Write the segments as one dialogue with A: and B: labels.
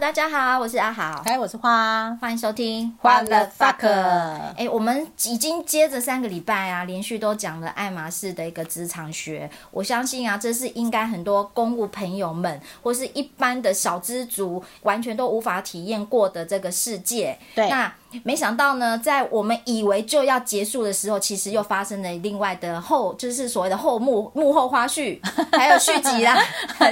A: 大家好，我是阿豪，
B: 哎嗨，我是花。
A: 欢迎收听
B: 花了 fuck
A: 哎、我们已经接着三个礼拜啊，连续都讲了爱马仕的一个职场学。我相信啊，这是应该很多公务朋友们或是一般的小资族完全都无法体验过的这个世界。
B: 对
A: 那没想到呢，在我们以为就要结束的时候，其实又发生了另外的后，就是所谓的后幕幕后花絮，还有续集啦，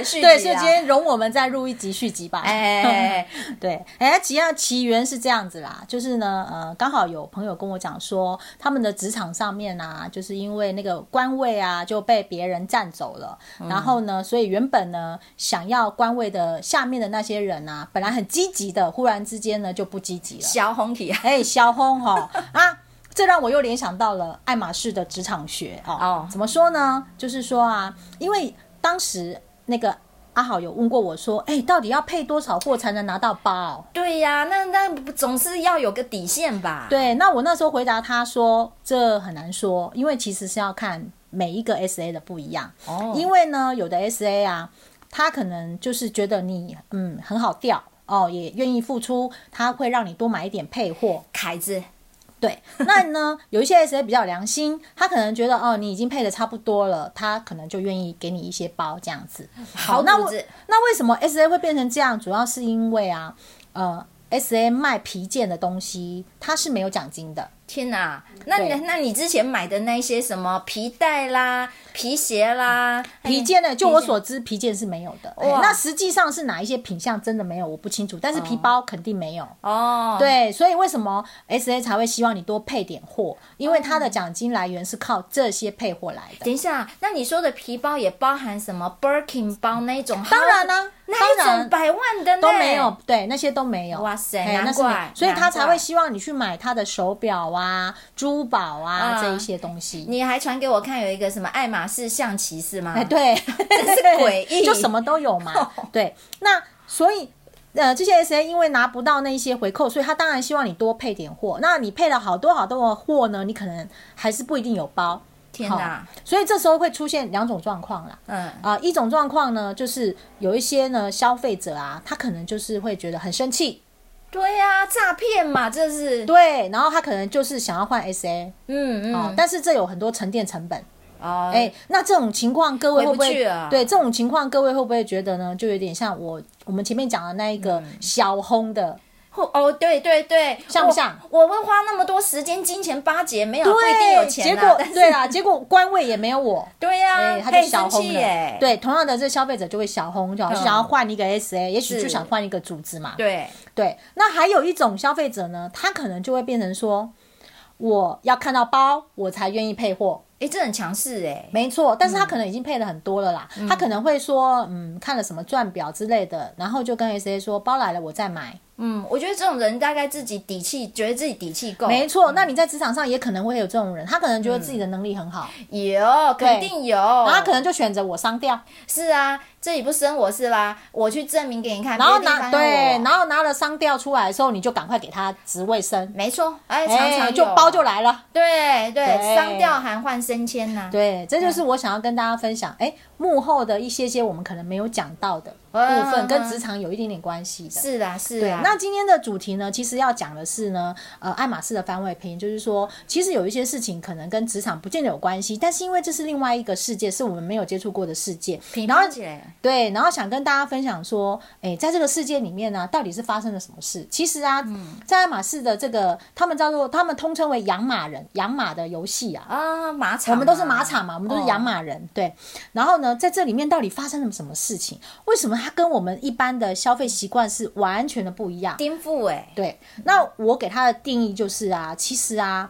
A: 续集啦。啊
B: 对，所以今天容我们再录一集续集 吧。
A: 哎，
B: 对，哎，其实起源是这样子啦，就是呢，呃，刚好有朋友跟我讲说，他们的职场上面啊，就是因为那个官位啊就被别人占走了，
A: 嗯
B: 然后呢，所以原本呢想要官位的下面的那些人啊，本来很积极的，忽然之间呢就不积极了。
A: 小红体啊。
B: 哎，小红哈啊，这让我又联想到了爱马仕的职场学哦。
A: 哦
B: 怎么说呢？就是说啊，因为当时那个阿好有问过我说，哎，到底要配多少货才能拿到包？
A: 对呀、那那不总是要有个底线吧？，
B: 对，那我那时候回答他说，这很难说，因为其实是要看每一个 SA 的不一样。
A: 哦，
B: 因为呢，有的 SA 啊，他可能就是觉得你嗯很好调哦，也愿意付出，他会让你多买一点配货。
A: 凯子，
B: 对，那呢，有一些 S A 比较有良心，他可能觉得哦，你已经配的差不多了，他可能就愿意给你一些包这样子。
A: 好
B: 那
A: 组
B: 我
A: 织
B: 那为什么 S A 会变成这样？主要是因为啊，呃，S A 卖皮件的东西，它是没有奖金的。
A: 天哪！那
B: 对
A: 你那你之前买的那些什么皮带啦、皮鞋啦、
B: 皮
A: 哎
B: 件呢，就我
A: 皮件
B: 所知，皮件是没有的。哎
A: 哇
B: 那实际上是哪一些品相真的没有，我不清楚。但是皮包肯定没有。
A: 哦，，
B: 对，所以为什么 S A 才会希望你多配点货？因为它
A: 哦
B: 的奖金来源是靠这些配货来的。
A: 等一下，那你说的皮包也包含什么 Birkin 包那一种？
B: 当然啦、
A: 那一
B: 当然
A: 种百万的呢
B: 都没有，，对，那些都没有。
A: 哇塞
B: 嘿那
A: 难
B: 是没
A: 怪
B: 所以他才
A: 难怪
B: 会希望你去买他的手表啊、珠宝
A: 嗯
B: 啊、这一些东西。
A: 你还传给我看有一个什么爱马仕象棋是吗？
B: 哎，对，
A: 真是诡异哦
B: 就什么都有嘛。对，那所以。呃，这些 S A 因为拿不到那一些回扣，所以他当然希望你多配点货。那你配了好多好多的货呢，你可能还是不一定有包。
A: 天
B: 好
A: 哪，
B: 所以这时候会出现两种状况啦。
A: 嗯，
B: 啊、一种状况呢，就是有一些呢消费者啊，他可能就是会觉得很生气，
A: 对呀、诈骗嘛，这是，
B: 对，然后他可能就是想要换 SA
A: 嗯嗯，
B: 哦，但是这有很多沉淀成本。
A: 哦，
B: 哎、那这种情况各位会不
A: 回不
B: 会
A: 去啊了
B: 对这种情况各位会不会觉得呢？就有点像我我们前面讲的那一个
A: 嗯
B: 小烘的，
A: 或哦，对对对，
B: 像不像
A: 我？我会花那么多时间、金钱巴结，没有不一定有
B: 对，
A: 钱
B: 结
A: 啊
B: 果
A: 但是
B: 对啦，结果官位也没有我。
A: 对呀、
B: 哎、
A: 啊，
B: 他
A: 嘿
B: 就小
A: 生气
B: 烘
A: 耶嗯
B: 了，，对，同样的，这消费者就会小烘，就好像想要换一个 SA，、也许
A: 是
B: 就想换一个组织嘛，
A: 对
B: 对，那还有一种消费者呢，他可能就会变成说，我要看到包我才愿意配货，
A: 哎，这很强势哎，
B: 没错，但是他可能已经配了很多了啦，
A: 嗯
B: 他可能会说，嗯，看了什么钻表之类的，然后就跟 S A 说包来了我再买。
A: 嗯，我觉得这种人大概自己底气，觉得自己底气够，
B: 没错，那你在职场上也可能会有这种
A: 嗯
B: 人，他可能觉得自己的能力很好，
A: 有肯
B: 对
A: 定有，
B: 然后他
A: 然
B: 可能就选择我商掉，
A: 是啊，这里不生我是吧？我去证明给你看，
B: 然后
A: 别的地
B: 拿
A: 方有
B: 对，
A: 我
B: 然后拿了商调出来的时候，你就赶快给他职位升，
A: 没错，哎，常
B: 哎、
A: 常、
B: 就包就，来了。
A: 对对，
B: 对
A: 商调函换升迁呐、
B: 对，这
A: 嗯
B: 就是我想要跟大家分享，哎、幕后的一些些我们可能没有讲到的部
A: 嗯
B: 分，跟职场有一点点关系的。
A: 是啦是
B: 对，
A: 啦，
B: 那今天的主题呢，其实要讲的是呢，呃，爱马仕的番外篇，就是说，其实有一些事情可能跟职场不见得有关系，但是因为这是另外一个世界，是我们没有接触过的世界，
A: 平
B: 然后
A: 衡起来，
B: 对，然后想跟大家分享说，诶，在这个世界里面呢、到底是发生了什么事？其实啊，在爱马仕的这个，他们叫做他们通称为养马人，养马的游戏啊，
A: 啊，马场啊、
B: 我们都是马场嘛，我们都是
A: 哦
B: 养马人，对。然后呢，在这里面到底发生了什么事情？为什么它跟我们一般的消费习惯是完全的不一样？
A: 颠覆哎、
B: 对，那我给它的定义就是啊，其实啊，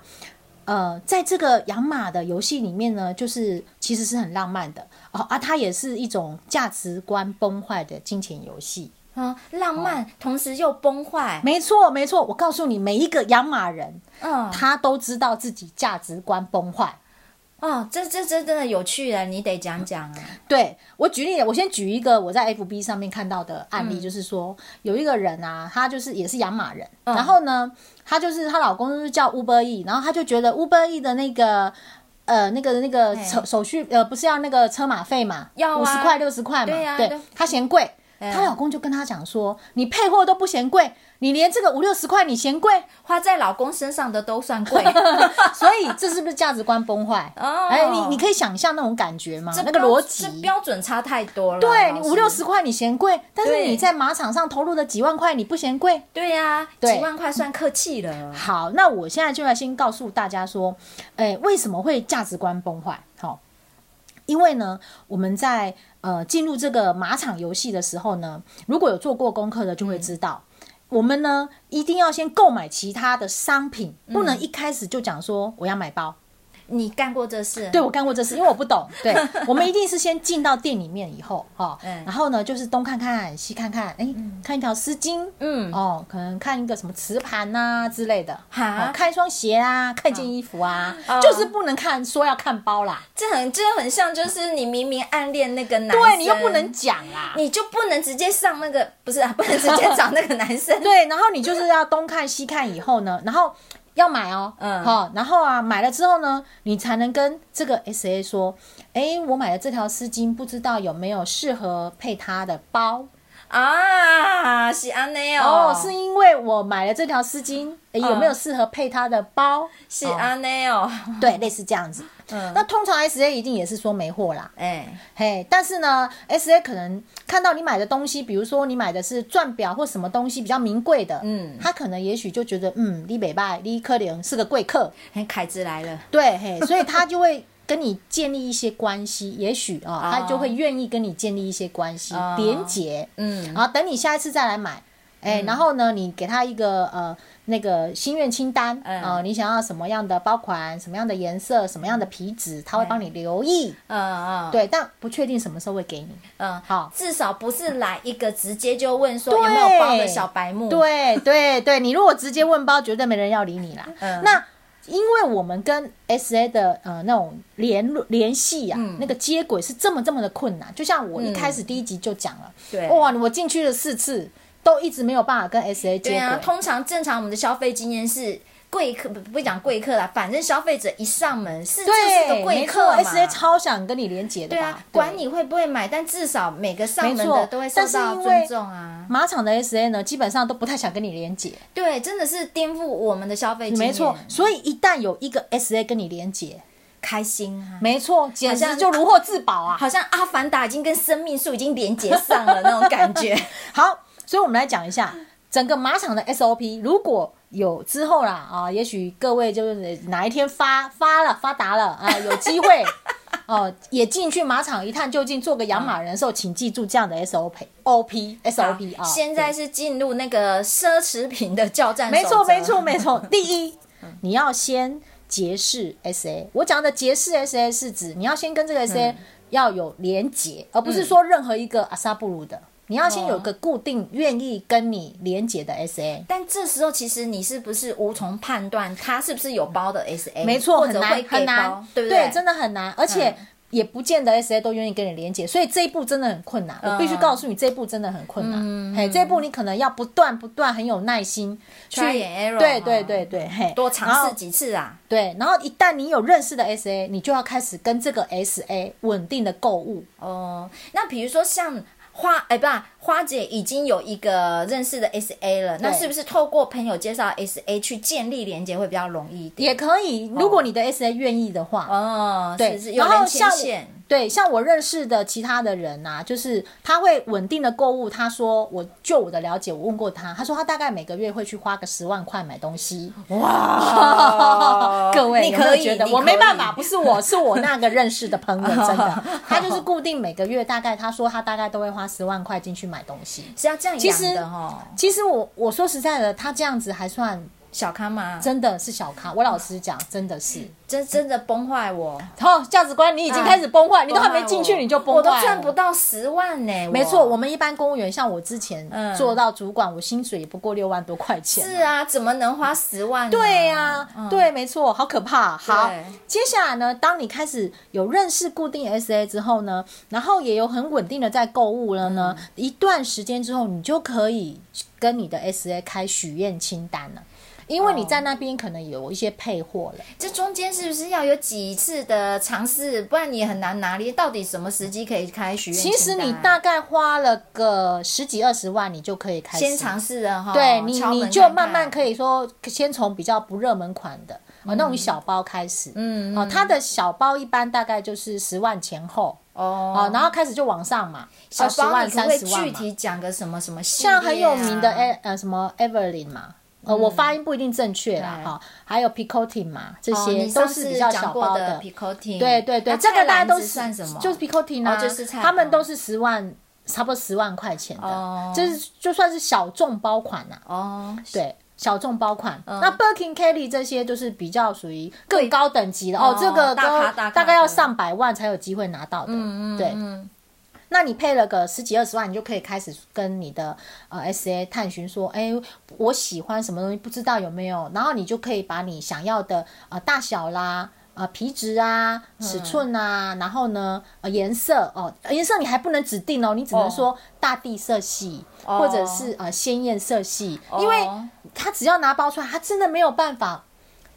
B: 呃，在这个养马的游戏里面呢，就是其实是很浪漫的哦啊，它也是一种价值观崩坏的金钱游戏。
A: 嗯，浪漫，同时又崩坏。
B: 哦没错，没错，我告诉你，每一个养马人
A: 嗯，
B: 他都知道自己价值观崩坏。
A: 哦，这这这真的有趣了，你得讲讲啊。
B: 对我举例，我先举一个我在 FB 上面看到的案
A: 嗯
B: 例，就是说有一个人啊，他就是也是养马人，
A: 嗯
B: 然后呢，她就是她老公就是叫 Uber E，然后她就觉得 Uber E 的那个。呃，那个那个手手续呃，不是要那个车马费嘛，
A: 要啊
B: 五十块六十块嘛，
A: 对啊对哎
B: 对，她嫌贵，她老公就跟她讲说，你配货都不嫌贵，你连这个五六十块你嫌贵，
A: 花在老公身上的都算贵，
B: 所以这是不是价值观崩坏？
A: 哦
B: 哎，你你可以想象那种感觉吗
A: 这？
B: 那个
A: 标
B: 逻
A: 这
B: 辑。
A: 标准差太多了。
B: 对
A: 啊老
B: 你
A: 师
B: 五六，十块你嫌贵，但是
A: 对
B: 你在马场上投入的几万块你不嫌贵，
A: 对呀，
B: 对嗯
A: 几万块算客气了。
B: 好，那我现在就要先告诉大家说，诶，为什么会价值观崩坏？好、因为呢，我们在呃进入这个马场游戏的时候呢，如果有做过功课的就会
A: 嗯
B: 知道。我们呢，一定要先购买其他的商品，不
A: 嗯
B: 能一开始就讲说我要买包。
A: 你干过这事？
B: 对我干过这事，因为我不懂。对我们一定是先进到店里面以后，哈、
A: 嗯
B: 然后呢，就是东看看西看看，哎，看一条丝巾，
A: 嗯，
B: 哦，可能看一个什么磁盘呐、之类的，
A: 哈
B: 哦看一双鞋啊，看一件衣服啊，
A: 哦
B: 就是不能看，说要看包啦，
A: 这很这很像，就是你明明暗恋那个男生，
B: 对你又不能讲啦，
A: 你就不能直接上那个，不是啊，不能直 接找那个男生。
B: 对，然后你就是要东看西看以后呢，然后要买哦，
A: 嗯
B: 好、然后啊买了之后呢，你才能跟这个 S A 说，哎，我买的这条丝巾不知道有没有适合配它的包。
A: 啊，是安内
B: 哦
A: 哦，，
B: 是因为我买了这条丝巾，诶有没有
A: 嗯
B: 适合配它的包？
A: 是
B: 哦
A: 安内哦，
B: 对，类似这样子。
A: 嗯
B: 那通常 S A 一定也是说没货啦，
A: 哎，
B: 嘿，但是呢，S A 可能看到你买的东西，比如说你买的是钻表或什么东西比较名贵的，
A: 嗯
B: 他可能也许就觉得，嗯，你北拜，你可能是个 贵客，
A: 嘿哎凯子来了，
B: 对，嘿，所以他就会跟你建立一些关系，也许哦，他就会
A: 啊
B: 愿意跟你建立一些关系、
A: 哦
B: 连结，
A: 嗯，
B: 然后等你下一次再来买。哎、然后呢，你给他一个呃那个心愿清单，
A: 嗯
B: 呃，你想要什么样的包款、什么样的颜色、什么样的皮质，他会帮你留意。
A: 嗯嗯，
B: 对，但不确定什么时候会给你。
A: 嗯，
B: 好
A: 至少不是来一个直接就问说
B: 对
A: 有没有包的小白木，，
B: 对对对，你如果直接问包，绝对没人要理你啦。
A: 嗯
B: 那因为我们跟 S A 的呃那种联络联系呀、
A: 嗯
B: 那个接轨是这么这么的困难。就像我一开始第一集就讲了，
A: 对
B: 哇，我进去了四次，都一直没有办法跟 S A 接
A: 对
B: 轨。
A: 啊，通常正常我们的消费经验是。贵客不不会讲贵客啦，反正消费者一上门是就
B: 对，
A: 是个贵客嘛。
B: S A 超想跟你连结的
A: 对
B: 吧？
A: 啊，管你会不会买，但至少每个上
B: 没
A: 门
B: 错
A: 的都会受
B: 但是
A: 到
B: 因为
A: 尊重啊。
B: 马场的 S A 呢，基本上都不太想跟你连结。
A: 对，真的是颠覆我们的消费经验。
B: 没错，所以一旦有一个 S A 跟你连结，
A: 开心啊！
B: 没错，简直
A: 像
B: 就如获至宝啊！
A: 好像阿凡达已经跟生命树已经连接上了那种感 觉。
B: 好，所以我们来讲一下整个马场的 SOP。如果有之后啦啊，也许各位就是哪一天发发了发达了啊，有机会 哦，也进去马场一探究竟，做个养马人的时候，请记住这样的 SOP、OP、SOP 啊。
A: 现在是进入那个奢侈品的交战，
B: 没错，没错，。没错。 第一，你要先结识 SA。我讲的结识 SA 是指你要先跟这个
A: 嗯
B: SA 要有连结，而不是说任何一个阿萨布鲁
A: 哦
B: 的。你要先有个固定愿意跟你连结的 SA。
A: 但这时候其实你是不是无从判断他是不是有包的 SA？
B: 没错，
A: 或
B: 很
A: 者
B: 难
A: 会
B: 很
A: 给
B: 难
A: 包，，对不嗯
B: 真的很难，而且。也不见得 S A 都愿意跟你连接，所以这一步真的很困难。
A: 哦
B: 我必须告诉你，这一步真的很困难。
A: 嗯
B: 嘿，这一步你可能要不断不断很有耐心去
A: Try and error，
B: 对
A: 哈
B: 对对对，嘿，
A: 多
B: 然
A: 尝
B: 后
A: 试几次啊。
B: 对，然后一旦你有认识的 SA，你就要开始跟这个 SA 稳定的购物。
A: 哦，那比如说像花，哎、不啊，花姐已经有一个认识的 SA 了，那
B: 对
A: 是不是透过朋友介绍 SA 去建立连接会比较容易一点？
B: 也可以，如果你的 SA 愿意的话，
A: 哦，
B: 对，
A: 是是有
B: 然后
A: 人牵
B: 像
A: 线，
B: 对像我认识的其他的人呐、就是他会稳定的购物。他说，我就我的了解，我问过他，他说他大概每个月会去花个十万块买东西。
A: 哇
B: 哦各位
A: 哦你
B: 有没有
A: 可以，
B: 觉得
A: 你
B: 我
A: 可
B: 没
A: 以
B: 办法，，不是我， 是我那个认识的朋友，真 的，他就是固定每个月大概，他说他大概都会花十万块进去买东西。
A: 是要这样
B: 其实
A: 养的哦，
B: 其实我我说实在的，他这样子还算
A: 小康嘛，真
B: 真的是小咖。我老实讲，真的是。
A: 真真的崩坏我，
B: 然后价值观你已经开始崩坏，你都还没进去你就崩坏
A: 嗯我
B: 了，
A: 都赚不。到十万呢、
B: 没错，我们一般公务员，像我之前
A: 嗯
B: 做到主管，我薪水也不过六万多块钱。
A: 是啊，怎么能花十万呢？
B: 对啊呀、对，没错，好可怕。好
A: 嗯对，
B: 接下来呢，当你开始有认识固定 SA 之后呢，然后也有很稳定的在购物了呢，
A: 嗯
B: 一段时间之后，你就可以跟你的 SA 开许愿清单了。因为你在那边可能有一些配货了。
A: 这中间是不是要有几次的尝试，不然你很难拿捏到底什么时机可以开许愿清
B: 其
A: 单。
B: 实你大概花了个十几二十万，你就可以开始
A: 先尝试了哈，
B: 对你，
A: 敲门
B: 你
A: 看
B: 就
A: 看
B: 慢慢可以说，先从比较不热门款的，
A: 嗯
B: 哦，那种小包开始，嗯，哦，它的小包一般大概就是十万前后，
A: 哦。
B: 哦，然后开始就往上嘛，
A: 小
B: 小十
A: 包，
B: 万、
A: 你可不
B: 三
A: 可以
B: 十万
A: 具
B: 嘛，
A: 体讲个什么什么系列啊、嗯
B: 像很有名的哎呃什么 Everlyn 嘛。呃，我发音不一定正确啦，
A: 对
B: 哈、还有 Picotin 嘛，这
A: 哦
B: 些
A: 你
B: 都
A: 上
B: 是
A: 次
B: 比较
A: 讲
B: 小
A: 过
B: 包
A: 的 p i c o t i
B: 对对对，这个大家都是
A: 算什么？
B: 就是 Picotin 啊，
A: 哦就是菜
B: 他们
A: 篮
B: 都是十万，差不多十万块钱的，
A: 哦
B: 就是就算是小众包款啊呐、
A: 哦，
B: 对。小众包款，
A: 嗯
B: 那 Birkin Kelly 这些就是比较属于更高等级的
A: 哦
B: 哦，这个
A: 大咖
B: 都
A: 大咖
B: 大概要
A: 的
B: 上百万才有机会拿到的，嗯对。那你配了个十几二十万，你就可以开始跟你的呃 SA 探寻说，哎、我喜欢什么东西，不知道有没有，然后你就可以把你想要的呃大小啦。呃，皮质啊，尺
A: 嗯
B: 寸啊，然后呢，呃，颜色哦，颜色你还不能指定哦，你只能说大地色系，
A: 哦
B: 或者是呃鲜艳色系，
A: 哦
B: 因为他只要拿包出来，他真的没有办法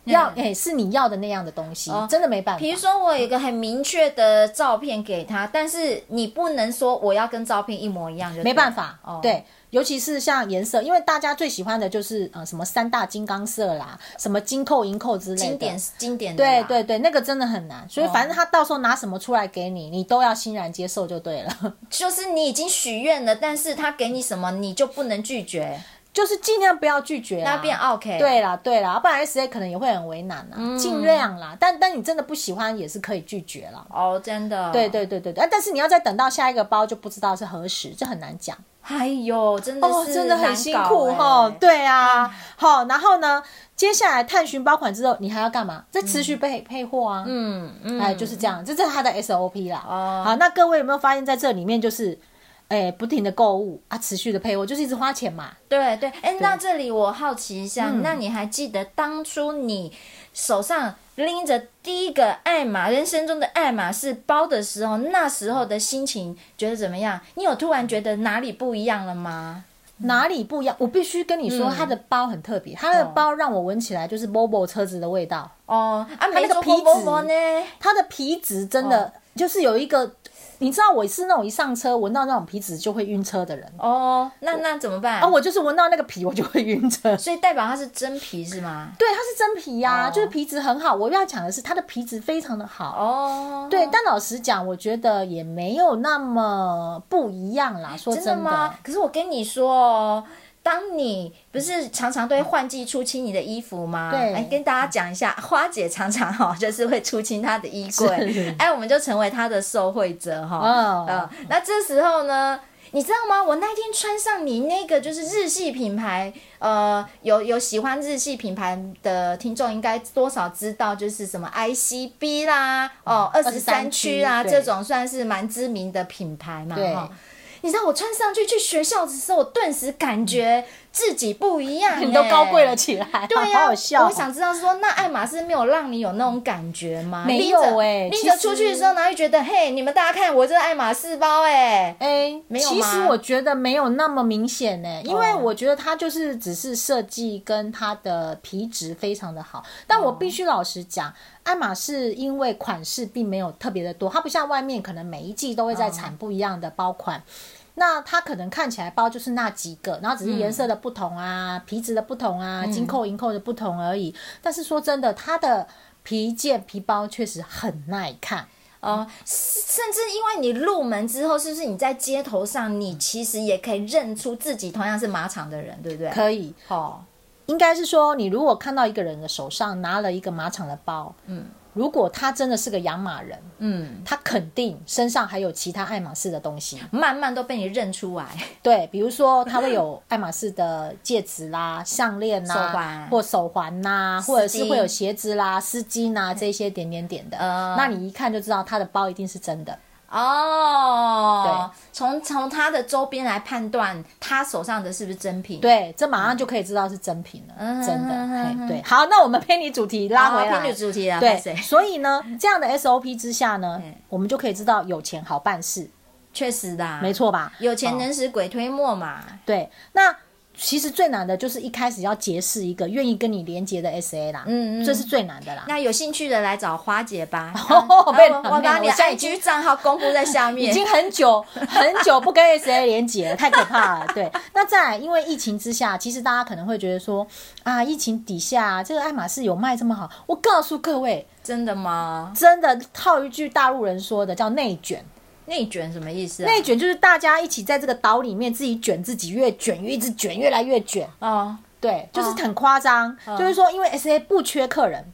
B: 要哎、是你要的那样的东西，真的没办法。
A: 嗯哦比如说我有一个很明确的照片给他，但是你不能说我要跟照片一模一样就对了，
B: 没办法，
A: 哦，
B: 对，尤其是像颜色，因为大家最喜欢的就是呃什么三大金刚色啦，什么金扣银扣之类的。
A: 经典经典的
B: 对
A: 啦哦
B: 对对，那个真的很难，所以反正他到时候拿什么出来给你，你都要欣然接受就对了，
A: 就是你已经许愿了，但是他给你什么你就不能拒绝，
B: 就是尽量不要拒绝
A: 那
B: 啦。
A: 变 OK。，嗯
B: 对啦对啦，不然 S A 可能也会很为难啦，尽量啦。但但你真的不喜欢也是可以拒绝啦。
A: 哦，真的，
B: 对，对对对对，啊但是你要再等到下一个包就不知道是何时，这很难讲。
A: 哎呦，真的是、欸
B: 哦，真的很辛苦哈、哦。，对
A: 嗯
B: 啊，好、然后呢，接下来探寻包款之后，你还要干嘛？再持续配、配货啊。嗯，
A: 嗯嗯，
B: 哎，就是这样，这是它的 SOP 啦。
A: 哦
B: 好，那各位有没有发现，在这里面就是，哎，不停的购物啊，持续的配货，就是一直花钱嘛。
A: 对对。哎，那这里我好奇一
B: 嗯
A: 下，那你还记得当初你手上拎着第一个爱马人生中的爱马仕包的时候，那时候的心情觉得怎么样？你有突然觉得哪里不一样了吗？
B: 哪里不一样？我必须跟你说，它的包很特别，
A: 嗯
B: 它的包让我闻起来就是 Bobo 车子的味道，
A: 哦，啊，没
B: 那个
A: 做
B: 皮
A: 红包
B: 质
A: 包呢？
B: 它的皮质真
A: 哦
B: 的就是有一个，你知道我是那种一上车闻到那种皮质就会晕车的人。
A: 哦，那那怎么办？
B: 啊，我就是闻到那个皮，我就会晕车。
A: 所以代表它是真皮是吗？
B: 对，它是真皮呀、
A: 哦
B: 就是皮质很好。我要讲的是它的皮质非常的好。
A: 哦，
B: 对，但老实讲，我觉得也没有那么不一样啦。说
A: 真的吗？可是我跟你说哦。当你不是常常都会换季出清你的衣服吗？
B: 对
A: 来跟大家讲一下，花姐常常哈、就是会出清她的衣柜
B: 是，
A: 哎，我们就成为她的受惠者哈、
B: 哦
A: 呃那这时候呢，你知道吗？我那天穿上你那个就是日系品牌，呃，有有喜欢日系品牌的听众应该多少知道，就是什么 ICB 啦，哦，二十三
B: 23
A: 区啦，
B: 对
A: 这种算是蛮知名的品牌嘛，
B: 对
A: 哈。你知道我穿上去去学校的时候，我顿时感觉自己不一样、
B: 你都高贵
A: 欸。
B: 了起来，
A: 对
B: 好
A: 呀、
B: 好笑哦。
A: 我想知道说，那爱马仕没有让你有那种感觉吗？
B: 没
A: 拎着
B: 有欸
A: 拎
B: 其
A: 着
B: 实
A: 出去的时候，然后就觉得，嘿，你们大家看我这爱马仕包、欸，
B: 哎、
A: 没有
B: 其实
A: 吗
B: 我觉得没有那么明显呢、因为
A: 哦
B: 我觉得它就是只是设计跟它的皮质非常的好，但
A: 哦
B: 我必须老实讲，爱马仕因为款式并没有特别的多，它不像外面可能每一季都会在产不一样的包款。那它可能看起来包就是那几个，然后只是颜色的不同
A: 嗯
B: 啊、皮质的不同啊、金扣银扣的不同而已。但是说真的，它的皮件皮包确实很耐看。
A: 哦、甚至因为你入门之后，是不是你在街头上，你其实也可以认出自己同样是马场的人，对不对？
B: 可以，
A: 哦，
B: 应该是说，你如果看到一个人的手上拿了一个马场的包，嗯，如果他真的是个养马人，
A: 嗯，
B: 他肯定身上还有其他爱马仕的东西。
A: 慢慢都被你认出来。
B: 对，比如说他会有爱马仕的戒指啦、 项链啦、
A: 手环
B: 或手环呐、
A: 丝巾哎
B: 或者是会有鞋子啦、丝巾呐、这些点点点的。
A: 嗯
B: 那你一看就知道他的包一定是真的。
A: 哦，从从他的周边来判断他手上的是不是真品。，
B: 对，这马上就可以知道是真品了，
A: 嗯
B: 真
A: 嗯嗯
B: 的。
A: 嗯
B: 嘿，对，好，那我们偏离主题拉回
A: 好
B: 来，
A: 偏离主题了
B: 对
A: 拍谁，
B: 所 以呢，这样的 SOP 之下呢
A: 啊嗯，
B: 我们就可以知道有钱好办事，
A: 确实的、啊，
B: 没，错吧？
A: 有钱
B: 哦
A: 能使鬼推磨嘛。
B: 对，那其实最难的就是一开始要结识一个愿意跟你连接的 SA 啦，
A: 嗯嗯
B: 这是最难的啦。
A: 那有兴趣的来找花姐吧。
B: 哦
A: 啊
B: 被
A: 我
B: 冷
A: 我
B: 面
A: 把
B: 了
A: 你的
B: 我现在已
A: IG 账号公布在下面。
B: 已经很久 很久不跟 SA 连接了，太可怕了。对，那再来，因为疫情之下，其实大家可能会觉得说啊，疫情底下这个爱马仕有卖这么好，我告诉各位，
A: 真的吗？
B: 真的套一句大陆人说的叫内卷。
A: 内卷什么意思、啊？
B: 内卷就是大家一起在这个岛里面自己卷自己，越卷越一直卷，越来越卷。
A: 哦，
B: 对，就是很夸张，
A: 嗯
B: 就是说，因为 S A 不缺客人，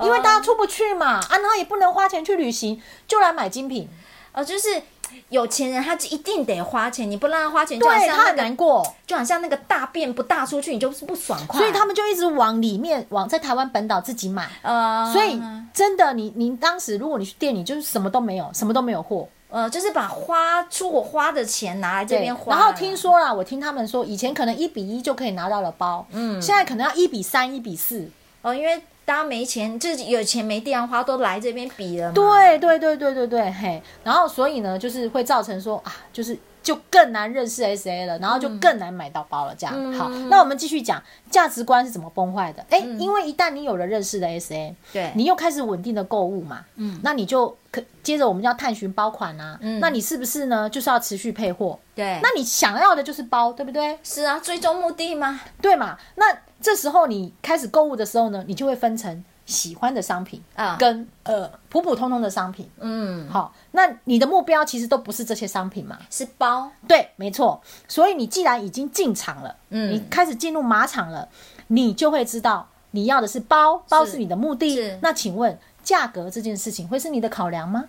B: 因为大家出不去嘛，啊，然后也不能花钱去旅行，就来买精品，
A: 哦，就是有钱人他就一定得花钱，你不让他花钱，就好
B: 对
A: 像
B: 他
A: 那
B: 很
A: 个
B: 难过，
A: 就好像那个大便不大出去，你就是不爽快。
B: 所以他们就一直往里面往在台湾本岛自己买，
A: 呃，
B: 所以真的，你你当时如果你去店里，就是什么都没有，什么都没有货。
A: 呃，就是把花出我花的钱拿来这
B: 对，
A: 边花。
B: 然后听说啦，我听他们说，以前可能一比一就可以拿到了包，嗯，现在可能要一比三、一比四，
A: 哦，因为大家没钱，就是有钱没地方花，都来这边比了嘛。
B: 对对对对对对，嘿，然后所以呢，就是会造成说啊，就是就更难认识 SA 了，然后就更难买到包了，这样。
A: 嗯
B: 好，那我们继续讲价值观是怎么崩坏的。哎、因为一旦你有了认识的 SA，
A: 嗯对
B: 你又开始稳定的购物嘛，嗯，那你就可接着我们就要探寻包款啊，嗯，那你是不是呢，就是要持续配货？
A: 对，
B: 那你想要的就是包，对不对？
A: 是啊，最终目的吗？
B: 对嘛？那这时候你开始购物的时候呢，你就会分成喜欢的商品
A: 啊
B: 跟呃普普通通的商品，
A: 嗯，
B: 好，那你的目标其实都不是这些商品嘛？
A: 是包。
B: 对，没错。所以你既然已经进场了，
A: 嗯
B: 你开始进入马场了，你就会知道你要的是包，包是你的目
A: 是
B: 的。那请问价格这件事情会是你的考量吗？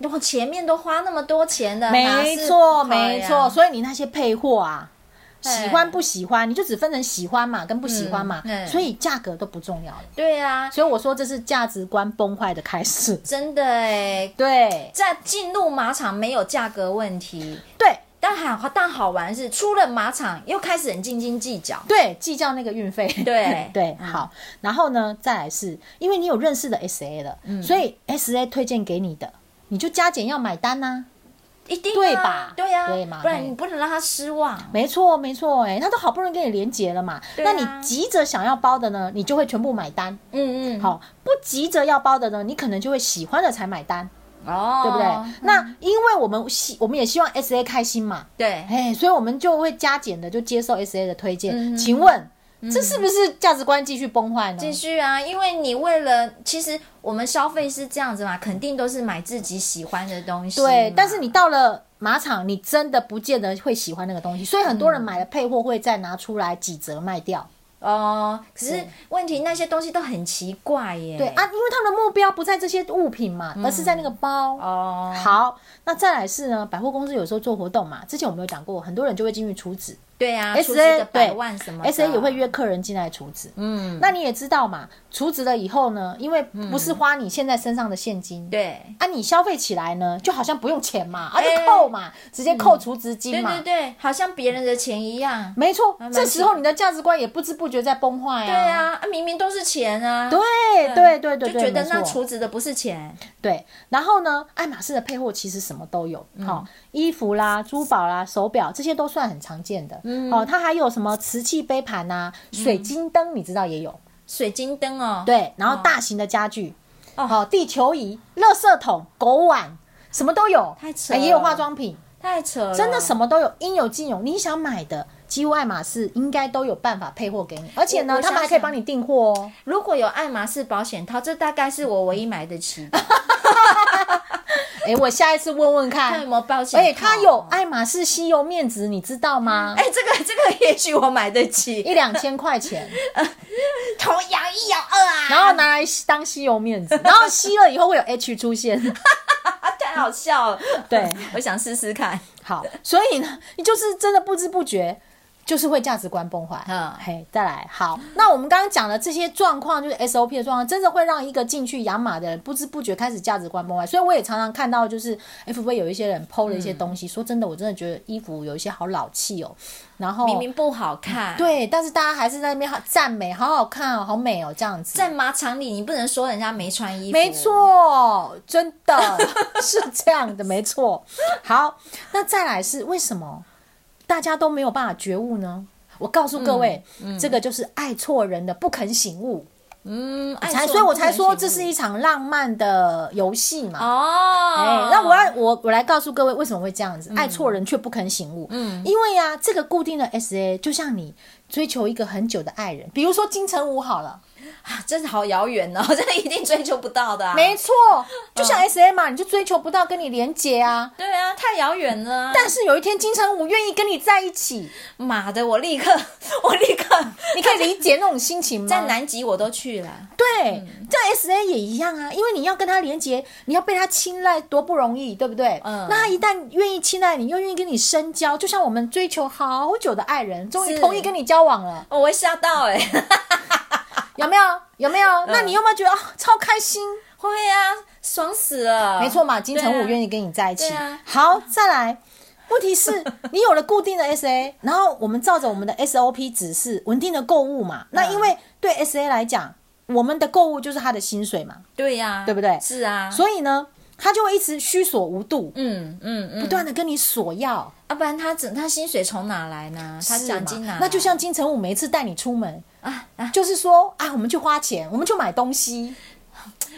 A: 我前面都花那么多钱的，呃哪
B: 没
A: 是
B: 错，
A: 不考量
B: 没错。，所以你那些配货啊，
A: 对
B: 喜欢不喜欢，你就只分成喜欢嘛跟不喜欢嘛
A: 嗯，对
B: 所以价格都不重要了。
A: 对啊，
B: 所以我说这是价值观崩坏的开始。
A: 真的哎，
B: 对
A: 在进入马场没有价格问题，
B: 对
A: 但好但好玩是出了马场又开始很斤斤计较，
B: 对，计较那个运费。
A: 对
B: 对，
A: 嗯
B: 好。然后呢，再来是因为你有认识的 SA 了，
A: 嗯
B: 所以 SA 推荐给你的，你就加减要买单呐、
A: 一定啊
B: 对吧
A: 对呀、
B: 对嘛
A: 不然
B: 嘿
A: 你不能让他失望。
B: 没错，没错，哎，他都好不容易跟你连结了嘛，
A: 对啊
B: 那你急着想要包的呢，你就会全部买单。
A: 嗯嗯，
B: 好，不急着要包的呢，你可能就会喜欢的才买单，
A: 哦，
B: 对不对？那因为我们希，我们也希望 SA 开心嘛，
A: 对，
B: 哎，所以我们就会加减的就接受 SA 的推荐。
A: 嗯
B: 请问，这是不是价值观继续崩坏呢？
A: 继续啊，因为你为了，其实我们消费是这样子嘛，肯定都是买自己喜欢的东西嘛。
B: 对，但是你到了马场，你真的不见得会喜欢那个东西，所以很多人买了配货会再拿出来几折卖掉。
A: 哦，可是问题那些东西都很奇怪耶。
B: 对啊，因为他们的目标不在这些物品嘛，
A: 嗯
B: 而是在那个包。
A: 哦，
B: 好，那再来是呢，百货公司有时候做活动嘛，之前我们有讲过，很多人就会进去储值
A: 对啊
B: SA
A: 出资的百
B: 对
A: 万什么的啊
B: ，S A 也会约客人进来储值。
A: 嗯，
B: 那你也知道嘛，储值了以后呢，因为不是花你现在身上的现金，
A: 对，
B: 啊，你消费起来呢，就好像不用钱嘛，啊就
A: 哎嗯
B: 扣嘛，直接扣储值金
A: 对
B: 嘛
A: 对，对，好像别人的钱一样。
B: 没错
A: 蛮，
B: 这时候你的价值观也不知不觉在崩坏
A: 对啊，
B: 啊。
A: 啊明明都是钱啊。
B: 对对对对
A: 就
B: 对，
A: 觉得
B: 没
A: 那
B: 错
A: 储值的不是钱，
B: 对。然后呢，爱马仕的配货其实什么都有，
A: 嗯
B: 好、衣服啦、珠宝啦、手表这些都算很常见的。
A: 嗯
B: 哦，它还有什么瓷器杯盘呐、水晶灯，你知道也有。
A: 水晶灯哦。
B: 对，然后大型的家具，好、地球仪、垃圾桶、狗碗，什么都有，
A: 太扯了
B: 哎也有化妆品，
A: 太扯了，
B: 真的什么都有，应有尽有。你想买的，几乎爱马仕应该都有办法配货给你，而且
A: 我
B: 呢
A: 我，啊
B: 他们还可以帮你订货哦。
A: 如果有爱马仕保险套，这大概是我唯一买得起的。
B: 哎、我下一次问问
A: 看有
B: 看。
A: 没有保险套？
B: 而且它有爱马仕吸油面纸，你知道吗？
A: 哎、这个这个也许我买得起，
B: 一两千块钱，
A: 头摇一摇二啊，
B: 然后拿来当吸油面纸，然后吸了以后会有 H 出现。
A: 啊，太好笑了。
B: 对，
A: 我想试试看。
B: 好，所以呢，你就是真的不知不觉。就是会价值观崩坏，
A: 嗯
B: 嘿，再来好。那我们刚刚讲的这些状况，就是 SOP 的状况，真的会让一个进去养马的人不知不觉开始价值观崩坏。所以我也常常看到，就是 FB 有一些人 PO 了一些东
A: 嗯
B: 西，说真的，我真的觉得衣服有一些好老气哦。然后
A: 明明不好看，，
B: 对，但是大家还是在那边好赞美，好好看哦，好美哦，这样子。
A: 在马场里你不能说人家没穿衣服，
B: 没，错，真 的是这样的，没错。好，那再来是为什么大家都没有办法觉悟呢？我告诉各位，这个就是爱错人的不肯醒悟，
A: 嗯，爱
B: 才
A: 错
B: 所以我
A: 不
B: 才
A: 能
B: 说
A: 醒
B: 这
A: 悟
B: 是一场浪漫的游戏嘛。
A: 哦，
B: 哎，那我要我我来告诉各位为什么会这样
A: 嗯
B: 子，爱错人却不肯醒悟。嗯，因为呀、这个固定的 SA 就像你追求一个很久的爱人，比如说金城武好了，
A: 啊真的好遥远哦， 真的一定追求不到的、啊。
B: 没，错，就像 SA 嘛，你就追求不到跟你连结啊。
A: 对啊，太遥远了啊。
B: 但是有一天金城武愿意跟你在一 起，
A: 妈的，我立刻， 我立刻，
B: 你可以理解那种心情吗？
A: 在嗯南极我都去了。
B: 对，这 S A 也一样啊，因为你要跟他连接，你要被他青睐，多不容易，对不对？
A: 嗯
B: 那他一旦愿意青睐你，又愿意跟你深交，就像我们追求好久的爱人，终于
A: 是
B: 同意跟你交往了，
A: 我会吓到哎、
B: 有没有？有没有？
A: 嗯
B: 那你有没有觉得啊、超开心？
A: 会啊，爽死了。
B: 没错嘛，金城
A: 对
B: 武
A: 啊
B: 愿意跟你在一起。
A: 对啊
B: 好，再来。问 题是，你有了固定的 SA，然后我们照着我们的 SOP 指示，稳定的购物
A: 嗯
B: 嘛。那因为对 SA 来讲，我们的购物就是他的薪水嘛。
A: 对呀、
B: 对不对
A: 是啊，
B: 所以呢，他就会一直虚索无度，
A: 嗯嗯
B: 不
A: 嗯，
B: 断的跟你索要。
A: 要、啊不然他整他薪水从哪来呢？他
B: 是嘛
A: 奖金哪来？
B: 那就像金城武每一次带你出门，
A: 啊啊，
B: 就是说啊，我们去花钱，我们去买东西，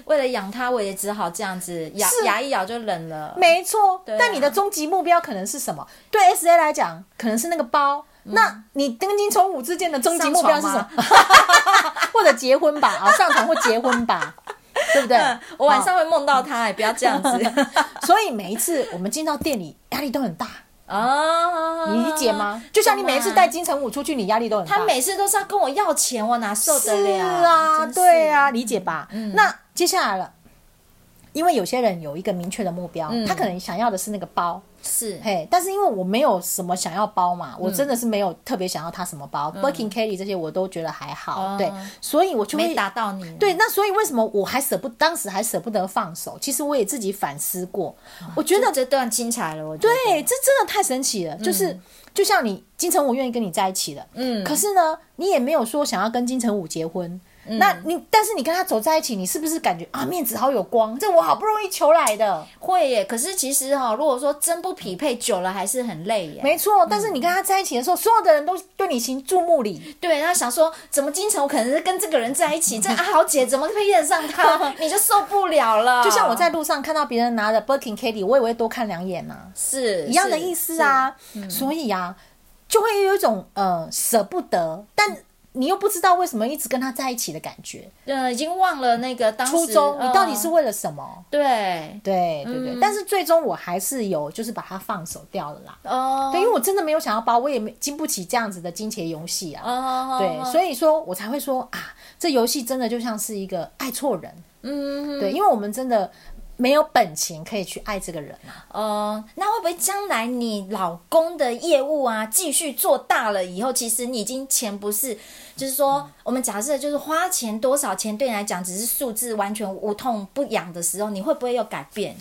A: 为了养他，我也只好这样子咬
B: 是
A: 牙一咬就冷了。
B: 没错。
A: 对啊
B: 但你的终极目标可能是什么？对 S A 来讲，可能是那个包。那你跟金城武之间的终极目标是什么
A: 嗯上？
B: 或者结婚吧，啊，上床或结 婚吧，对不对
A: 嗯？我晚
B: 啊
A: 上会梦到他、哎，不要这样 子
B: 所以每一次我们进到店里，压力都很大，
A: 哦，
B: 你理解吗？就像你每一次
A: 懂啊
B: 带金城武出去，你压力都很大。
A: 他每次都是要跟我要钱，我哪受得了？
B: 是啊，
A: 真是嗯
B: 对，啊，理解吧？那接下来了。因为有些人有一个明确的目标，
A: 嗯
B: 他可能想要的是那个包，
A: 是
B: 嘿，但是因为我没有什么想要包嘛，
A: 嗯
B: 我真的是没有特别想要他什么包、b u r k i n Kelly 这些我都觉得还好，
A: 哦
B: 对，所以我就
A: 没
B: 会
A: 打到你，
B: 对，那所以为什么我还舍不，当时还舍不得放手？其实我也自己反思过，我
A: 啊
B: 觉
A: 真
B: 得
A: 的这嗯段精彩了，我觉得
B: 对，这真的太神奇了，就是就像你金城武愿意跟你在一起了，
A: 嗯
B: 可是呢，你也没有说想要跟金城武结婚。
A: 嗯
B: 那你，但是你跟他走在一起，你是不是感觉啊面子好有光？这我好不容易求来的，
A: 会耶。可是其实哈、如果说真不匹配，久了还是很累耶。
B: 没错。但是你跟他在一起的时候，所有的人都对你行注目礼，
A: 对，然后想说，怎么金城我可能是跟这个人在一起，这阿豪姐怎么配得上 他，你就受不了了。
B: 就像我在路上看到别人拿着 Birkin Kitty，我也会多看两眼呐、啊，
A: 是嗯
B: 一样的意思，啊。所以啊，就会有一种呃舍不得，但你又不知道为什么一直跟他在一起的感觉。
A: 是呃，已经忘了那个当时
B: 初衷，你到底是
A: 嗯
B: 为了什么？
A: 对
B: 对对对，
A: 嗯
B: 但是最终我还是有就是把它放手掉了啦。
A: 哦，
B: 对，因为我真的没有想要包，我也没经不起这样子的金钱游戏啊。
A: 哦，
B: 对，所以说我才会说啊，这游戏真的就像是一个爱错人。
A: 嗯，
B: 对，因为我们真的没有本钱可以去爱这个人啊。
A: 哦，那会不会将来你老公的业务啊，继续做大了以后，其实你已经钱不是，就是说，
B: 嗯
A: 我们假设就是花钱多少钱对你来讲只是数字，完全无痛不痒的时候，你会不会有改变？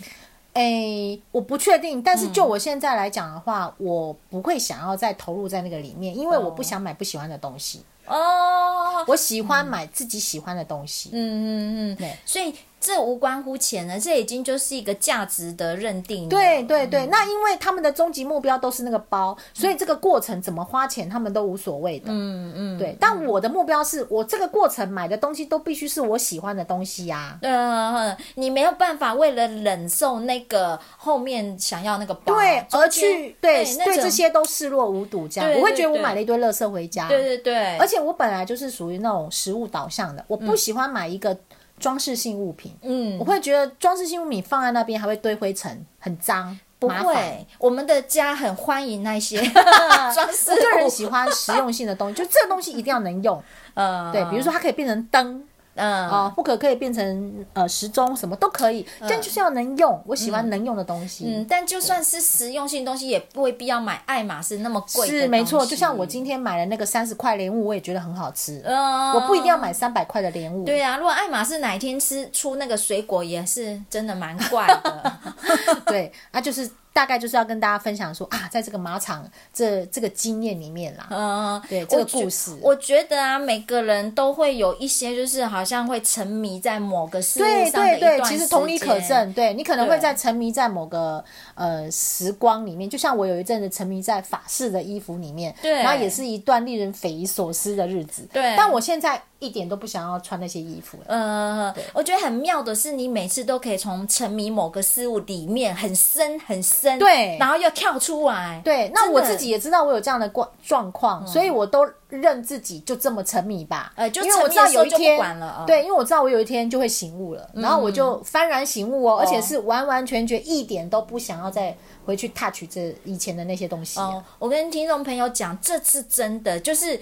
B: 诶，哎我不确定，但
A: 嗯
B: 是就我现在来讲的话，我不会想要再投入在那个里面，因为我不想买不喜欢的东西，
A: 哦，
B: 我喜欢买自己喜欢的东西。
A: 嗯嗯嗯
B: 对，
A: 所以这无关乎钱了，这已经就是一个价值的认定了。
B: 对对对，
A: 嗯
B: 那因为他们的终极目标都是那个包，所以这个过程怎么花钱他们都无所谓的。
A: 嗯嗯，
B: 对，但我的目标是我这个过程买的东西都必须是我喜欢的东西呀、
A: 呃，你没有办法为了忍受那个后面想要那个包啊，
B: 对，
A: 中
B: 而
A: 间
B: 去对
A: 那
B: 对
A: 种
B: 这，些都视若无睹，这样
A: 对
B: 我会
A: 对
B: 觉得我
A: 对
B: 买了一堆垃圾回家。
A: 对对对，
B: 而且我本来就是属于那种食物导向的，我不喜欢买一个装饰性物品，
A: 嗯
B: 我。会觉得装饰性物品放在那边还会堆灰尘，很脏，
A: 不
B: 麻烦
A: 会，我们的家很欢迎那 些 装饰物。
B: 我个人喜欢实用性的东西，就这个东西一定要能用。
A: 呃，
B: 对，比如说它可以变成灯
A: 嗯，
B: 啊，或可可以变成呃时钟，什么都可以，但就是要能用，我喜欢能用的东西。
A: 嗯，但就算是实用性东西，也未必要买爱马仕那么贵。
B: 是没错，就像我，今天买了那个三十块莲雾，我也觉得很好吃。
A: 呃，
B: 我不一定要。买三百块的莲雾，
A: 对啊，如果爱马仕哪 一天吃出那个水果，也是真的蛮怪的。
B: 对，啊，就是大概就是要跟大家分享说啊，在这个马场这这个经验里面啦，
A: 嗯，
B: 对
A: 我
B: 这个
A: 觉
B: 故事
A: 我觉得啊，每个人都会有一些，就是好像会沉迷在某个事
B: 对
A: 物上的
B: 对
A: 一段
B: 对，其实同理可
A: 时间
B: 证，对你可能会
A: 对
B: 在沉迷在某个呃时光里面，就像我有一阵子沉迷在法式的衣服里面，
A: 对
B: 然后也是一段令人匪夷所思的日子，
A: 对
B: 但我现在一点都不想要穿那些衣服了，
A: 呃，我觉得很妙的是，你每次都可以从沉迷某个事物里面很深很深，
B: 对
A: 然后又跳出来，
B: 对，那
A: 真
B: 我
A: 的嗯
B: 自己也知道我有这样的状状况，所以我都认自己就这么沉迷吧。
A: 呃就
B: 因为我
A: 沉迷
B: 知道
A: 的时候
B: 有一
A: 就不
B: 天
A: 管了嗯啊
B: 对，因为我知道我有一天就会醒悟了，然后我就幡然醒悟哦，而且是完完全全一点都不想要再回去 touch 这以前的那些东西、啊
A: 哦，我跟听众朋友讲，这次真的就是。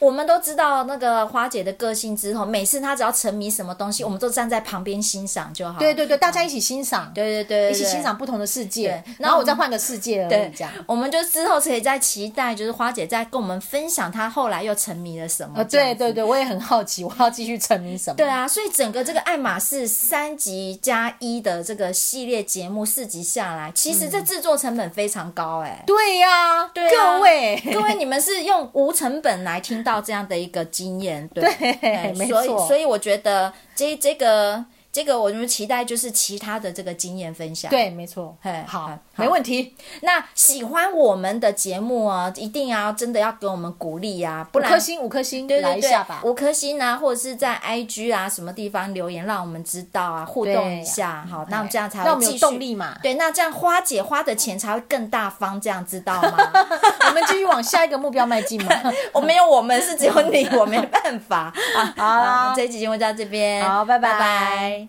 A: 我们都知道那个花姐的个性之后，每次她只要沉迷什么东西，我们都站在旁边欣赏就好。
B: 对对对，大家一起欣赏，
A: 嗯对对对，
B: 一起
A: 对
B: 欣赏不同的世界
A: 对，
B: 然后我再换个世界而已，
A: 对
B: 这样。，
A: 我们就之后可以再期待，就是花姐在跟我们分享她后来又沉迷了什么。
B: 呃，
A: 哦这样
B: 对对对，我也很好奇，我要继续沉迷什么？
A: 对啊，所以整个这个爱马仕三集加一的这个系列节目四集下来，其实
B: 嗯
A: 这制作成本非常高哎、
B: 对呀、
A: 对啊
B: 各位，
A: 各位，你们是用无成本来听到这样的一个经验，对，
B: 对
A: 哎
B: 没
A: 所以
B: 错
A: 所以我觉得这这个这个，我们期待就是其他的这个经验分享。
B: 对，没错
A: 嘿，
B: 好
A: 好，
B: 没问题。
A: 那喜欢我们的节目啊，一定要真的要给我们鼓励啊，不
B: 五颗
A: 然
B: 星，五颗星，
A: 对
B: 来
A: 对
B: 一
A: 对
B: 下吧，。
A: 五颗星啊，或者是在 IG 啊什么地方留言，让我们知道啊，互动一下，好，那我们这样才
B: 哎让我
A: 会
B: 们
A: 继
B: 有
A: 续
B: 动。力嘛，
A: 对，那这样花姐花的钱才会更大方，这样知道吗？
B: 我们继续往下一个目标迈进嘛。
A: 我没有，我 们是只有你，我没办法啊。
B: 好啦
A: 这一集节目就到这边，
B: 好拜拜
A: 拜拜